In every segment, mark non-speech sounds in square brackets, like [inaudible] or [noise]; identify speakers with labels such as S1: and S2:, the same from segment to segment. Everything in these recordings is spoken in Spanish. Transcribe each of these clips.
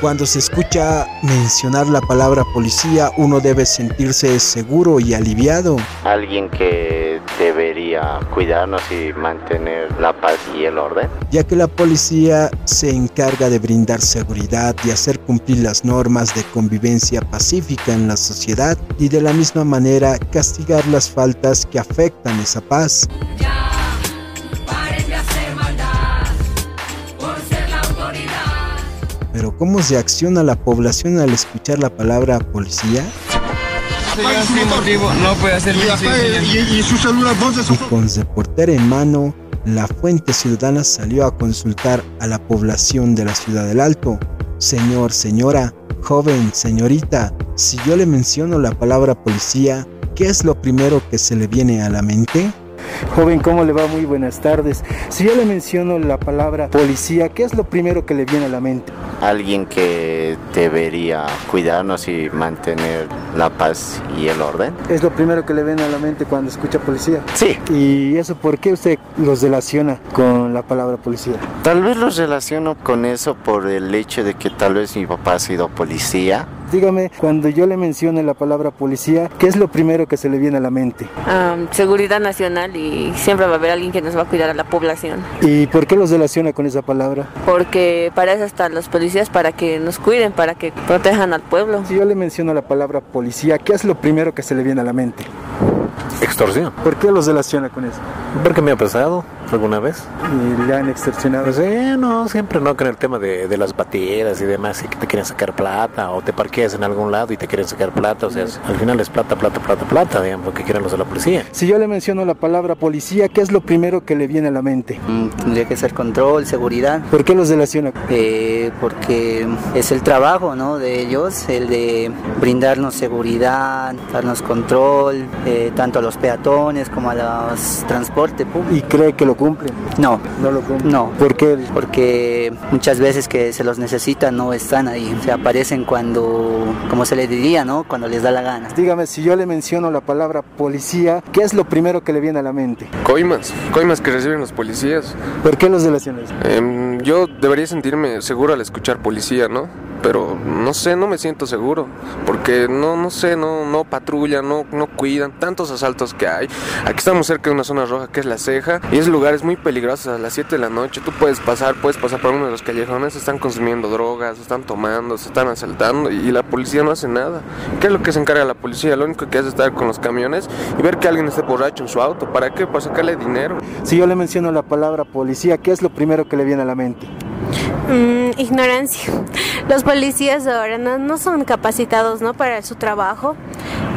S1: Cuando se escucha mencionar la palabra policía, uno debe sentirse seguro y aliviado.
S2: Alguien que debería cuidarnos y mantener la paz y el orden.
S1: Ya que la policía se encarga de brindar seguridad y hacer cumplir las normas de convivencia pacífica en la sociedad y de la misma manera castigar las faltas que afectan esa paz. Pero ¿cómo se acciona la población al escuchar la palabra policía?
S3: no puede hacer
S4: Y, acá, y- y su celular, vos de su-
S1: Y con su reportera en mano, la Fuente Ciudadana salió a consultar a la población de la Ciudad del Alto. Señor, señora, joven, señorita, si yo le menciono la palabra policía, ¿qué es lo primero que se le viene a la mente?
S5: Joven, ¿cómo le va? Muy buenas tardes. Si yo le menciono la palabra policía, ¿qué es lo primero que le viene a la mente?
S2: Alguien que debería cuidarnos y mantener la paz y el orden.
S5: Es lo primero que le viene a la mente cuando escucha policía.
S2: Sí,
S5: ¿Y eso por qué usted los relaciona con la palabra policía?
S2: tal vez los relaciono con eso por el hecho de que tal vez mi papá ha sido policía.
S5: Dígame, cuando yo le mencione la palabra policía, ¿qué es lo primero que se le viene a la mente?
S6: Am, seguridad nacional y siempre va a haber alguien que nos va a cuidar a la población.
S5: ¿Y por qué los relaciona con esa palabra?
S6: Porque para eso están los policías, para que nos cuiden, para que protejan al pueblo.
S5: Si yo le menciono la palabra policía, ¿qué es lo primero que se le viene a la mente?
S7: Extorsión.
S5: ¿Por qué los relaciona con eso?
S7: Porque me ha pasado alguna vez.
S5: ¿Y le han extorsionado?
S7: No sé, no, siempre no con el tema de, de las batidas y demás, y que te quieren sacar plata, o te parqueas en algún lado y te quieren sacar plata, o sea, es- al final es plata, plata, plata, plata, digamos, lo que quieren los de la policía.
S5: Si yo le menciono la palabra policía, ¿qué es lo primero que le viene a la mente?
S8: Mm, Tendría que ser control, seguridad,
S5: ¿Por qué los relaciona?
S8: eh, porque es el trabajo ¿no? de ellos, el de brindarnos seguridad, darnos control, eh, tanto a los peatones como a los transporte público.
S5: ¿Y cree que lo cumplen?
S8: No,
S5: No lo cumplen.
S8: No.
S5: ¿Por qué?
S8: porque muchas veces que se los necesita no están ahí, se aparecen cuando, como se les diría, ¿no? cuando les da la gana.
S5: Dígame, si yo le menciono la palabra policía, ¿qué es lo primero que le viene a la mente?
S9: Coimas, coimas que reciben los policías.
S5: ¿Por qué los relacionas?
S9: Em, yo debería sentirme seguro al escuchar policía, ¿no? Pero no sé, no me siento seguro. Porque no, no sé, no, no patrullan, no, no cuidan. Tantos asaltos que hay. Aquí estamos cerca de una zona roja que es la ceja. Y es lugares muy peligrosos a las 7 de la noche. Tú puedes pasar, puedes pasar por uno de los callejones. Están consumiendo drogas, están tomando, se están asaltando. Y la policía no hace nada. ¿Qué es lo que se encarga la policía? Lo único que hace es estar con los camiones y ver que alguien esté borracho en su auto. ¿Para qué? Para sacarle dinero.
S5: Si yo le menciono la palabra policía, ¿qué es lo primero que le viene a la mente?
S10: Mm, ignorancia. Los policías ahora no, no son capacitados ¿no? para su trabajo.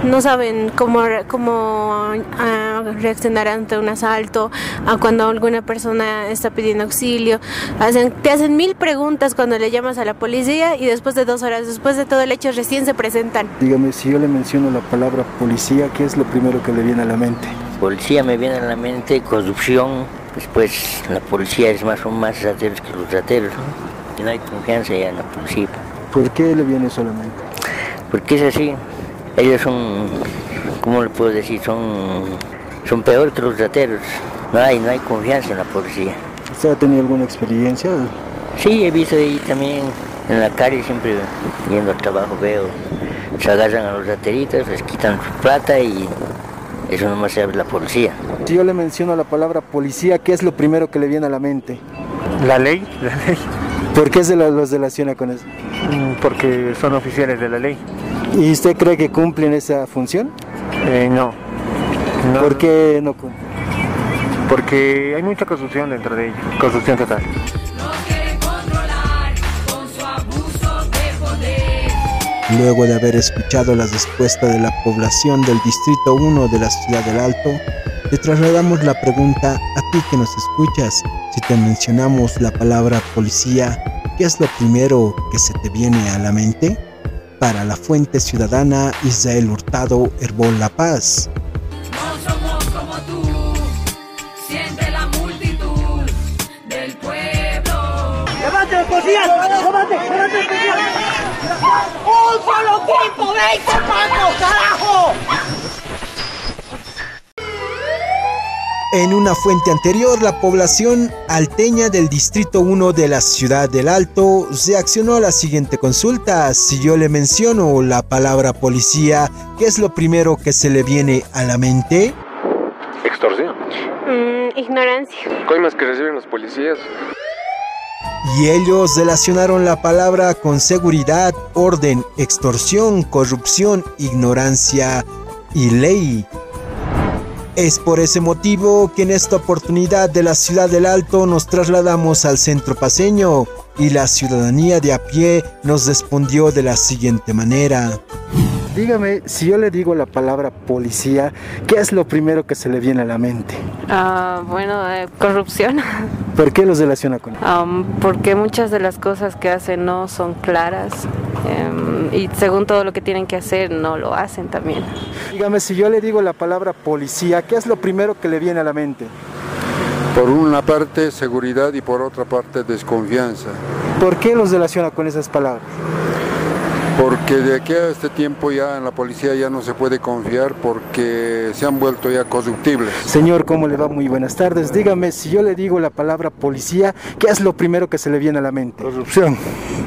S10: No saben cómo, re- cómo ah, reaccionar ante un asalto, a cuando alguna persona está pidiendo auxilio. Hacen, te hacen mil preguntas cuando le llamas a la policía y después de dos horas, después de todo el hecho, recién se presentan.
S5: Dígame, si yo le menciono la palabra policía, ¿qué es lo primero que le viene a la mente?
S11: Policía me viene a la mente, corrupción, después la policía es más o más rateros que los rateros. ¿no? Y no hay confianza ya en la policía,
S5: ¿Por qué le viene eso a la mente?
S11: porque es así. Ellos son, ¿cómo le puedo decir? Son, son peor que los rateros. No hay, no hay confianza en la policía.
S5: ¿Usted ha tenido alguna experiencia?
S11: Sí, he visto ahí también en la calle, siempre yendo al trabajo veo, se agarran a los rateritos, les quitan su plata y eso nomás se abre la policía.
S5: Si yo le menciono la palabra policía, ¿qué es lo primero que le viene a la mente?
S12: [laughs]
S11: La ley, la ley,
S5: ¿Por qué se la- los relaciona con eso? Mm,
S11: porque son oficiales de la ley.
S5: ¿Y usted cree que cumplen esa función?
S11: Eh, no. No,
S5: ¿Por qué no cumplen?
S11: Porque hay mucha construcción dentro de ellos. Construcción total.
S1: Luego de haber escuchado la respuesta de la población del Distrito 1 de la Ciudad del Alto, te trasladamos la pregunta a ti que nos escuchas. Si te mencionamos la palabra policía, ¿qué es lo primero que se te viene a la mente? Para la Fuente Ciudadana Israel Hurtado Herbol La Paz. En una fuente anterior, la población alteña del Distrito 1 de la Ciudad del Alto reaccionó a la siguiente consulta. Si yo le menciono la palabra policía, ¿qué es lo primero que se le viene a la mente?
S13: Extorsión.
S14: Mm, ignorancia.
S13: Coimas que reciben los policías.
S1: Y ellos relacionaron la palabra con seguridad, orden, extorsión, corrupción, ignorancia y ley. Es por ese motivo que en esta oportunidad de la ciudad del Alto nos trasladamos al centro paseño y la ciudadanía de a pie nos respondió de la siguiente manera.
S5: Dígame, si yo le digo la palabra policía, ¿qué es lo primero que se le viene a la mente?
S10: Ah, bueno, eh, corrupción, [laughs]
S5: ¿Por qué los relaciona con
S10: Am, porque muchas de las cosas que hacen no son claras em, y según todo lo que tienen que hacer no lo hacen también.
S5: Dígame, si yo le digo la palabra policía, ¿qué es lo primero que le viene a la mente?
S9: Por una parte seguridad y por otra parte desconfianza,
S5: ¿Por qué los relaciona con esas palabras?
S9: porque de aquí a este tiempo ya en la policía ya no se puede confiar porque se han vuelto ya corruptibles.
S5: Señor, ¿cómo le va? Muy buenas tardes. Dígame, si yo le digo la palabra policía, ¿qué es lo primero que se le viene a la mente? Corrupción.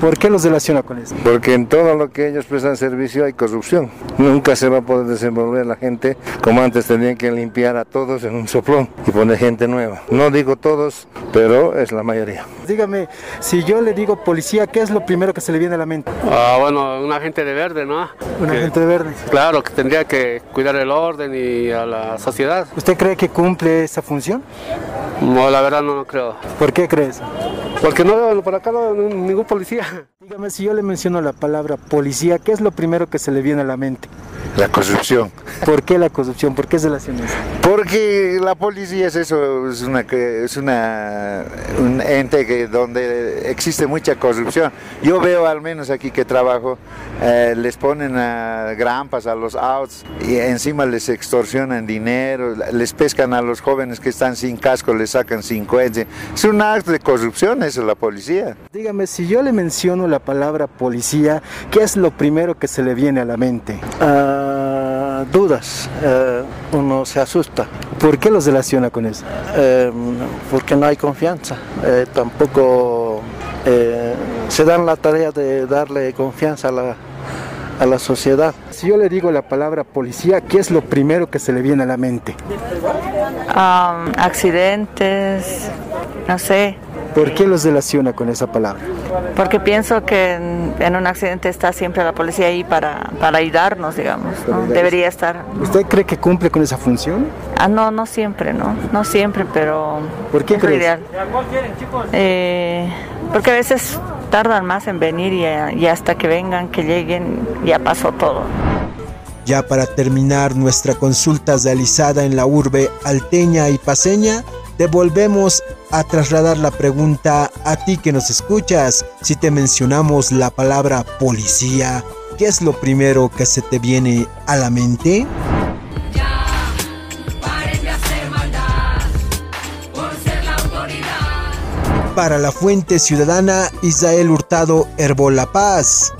S5: ¿Por qué los relaciona con eso?
S12: Porque en todo lo que ellos prestan servicio hay corrupción. Nunca se va a poder desenvolver la gente como antes tenían que limpiar a todos en un soplón y poner gente nueva. No digo todos, pero es la mayoría.
S5: Dígame, si yo le digo policía, ¿qué es lo primero que se le viene a la mente?
S15: Ah, bueno, un agente de verde, ¿no?
S5: Un
S15: Que-
S5: agente verde.
S15: Claro, que tendría que cuidar el orden y a la sociedad.
S5: ¿Usted cree que cumple esa función?
S15: No, la verdad no lo creo.
S5: ¿Por qué crees?
S15: Porque no veo por acá no veo ningún policía.
S5: Dígame, si yo le menciono la palabra policía, ¿qué es lo primero que se le viene a la mente?
S12: La corrupción.
S5: ¿Por qué la corrupción? ¿Por qué se la eso?
S12: Porque la policía es eso, es una que- es una un ente que donde existe mucha corrupción. Yo veo al menos aquí que trabajo, eh, les ponen a grampas a los outs y encima les extorsionan dinero, les pescan a los jóvenes que están sin casco, les sacan sin cohete. Es un acto de corrupción eso la policía.
S5: Dígame, si yo le menciono la palabra policía, ¿qué es lo primero que se le viene a la mente?
S16: Ah, dudas, eh, uno se asusta.
S5: ¿Por qué los relaciona con eso?
S16: Eh, porque no hay confianza, eh, tampoco eh, se dan la tarea de darle confianza a la, a la sociedad.
S5: Si yo le digo la palabra policía, ¿qué es lo primero que se le viene a la mente?
S8: Am, Um, accidentes, no sé,
S5: ¿Por qué los relaciona con esa palabra?
S8: porque pienso que en, en un accidente está siempre la policía ahí para, para ayudarnos, digamos. ¿no? Debería estar.
S5: ¿Usted cree que cumple con esa función?
S8: Ah, no, no siempre, ¿no? No siempre, pero
S5: ¿Por qué
S8: es lo
S5: crees?
S8: ideal. Eh, porque a veces tardan más en venir y, y hasta que vengan, que lleguen, ya pasó todo.
S1: Ya para terminar nuestra consulta realizada en la urbe alteña y paseña, te volvemos a trasladar la pregunta a ti que nos escuchas. Si te mencionamos la palabra policía, ¿qué es lo primero que se te viene a la mente? Para la Fuente Ciudadana Israel Hurtado Herbol La Paz,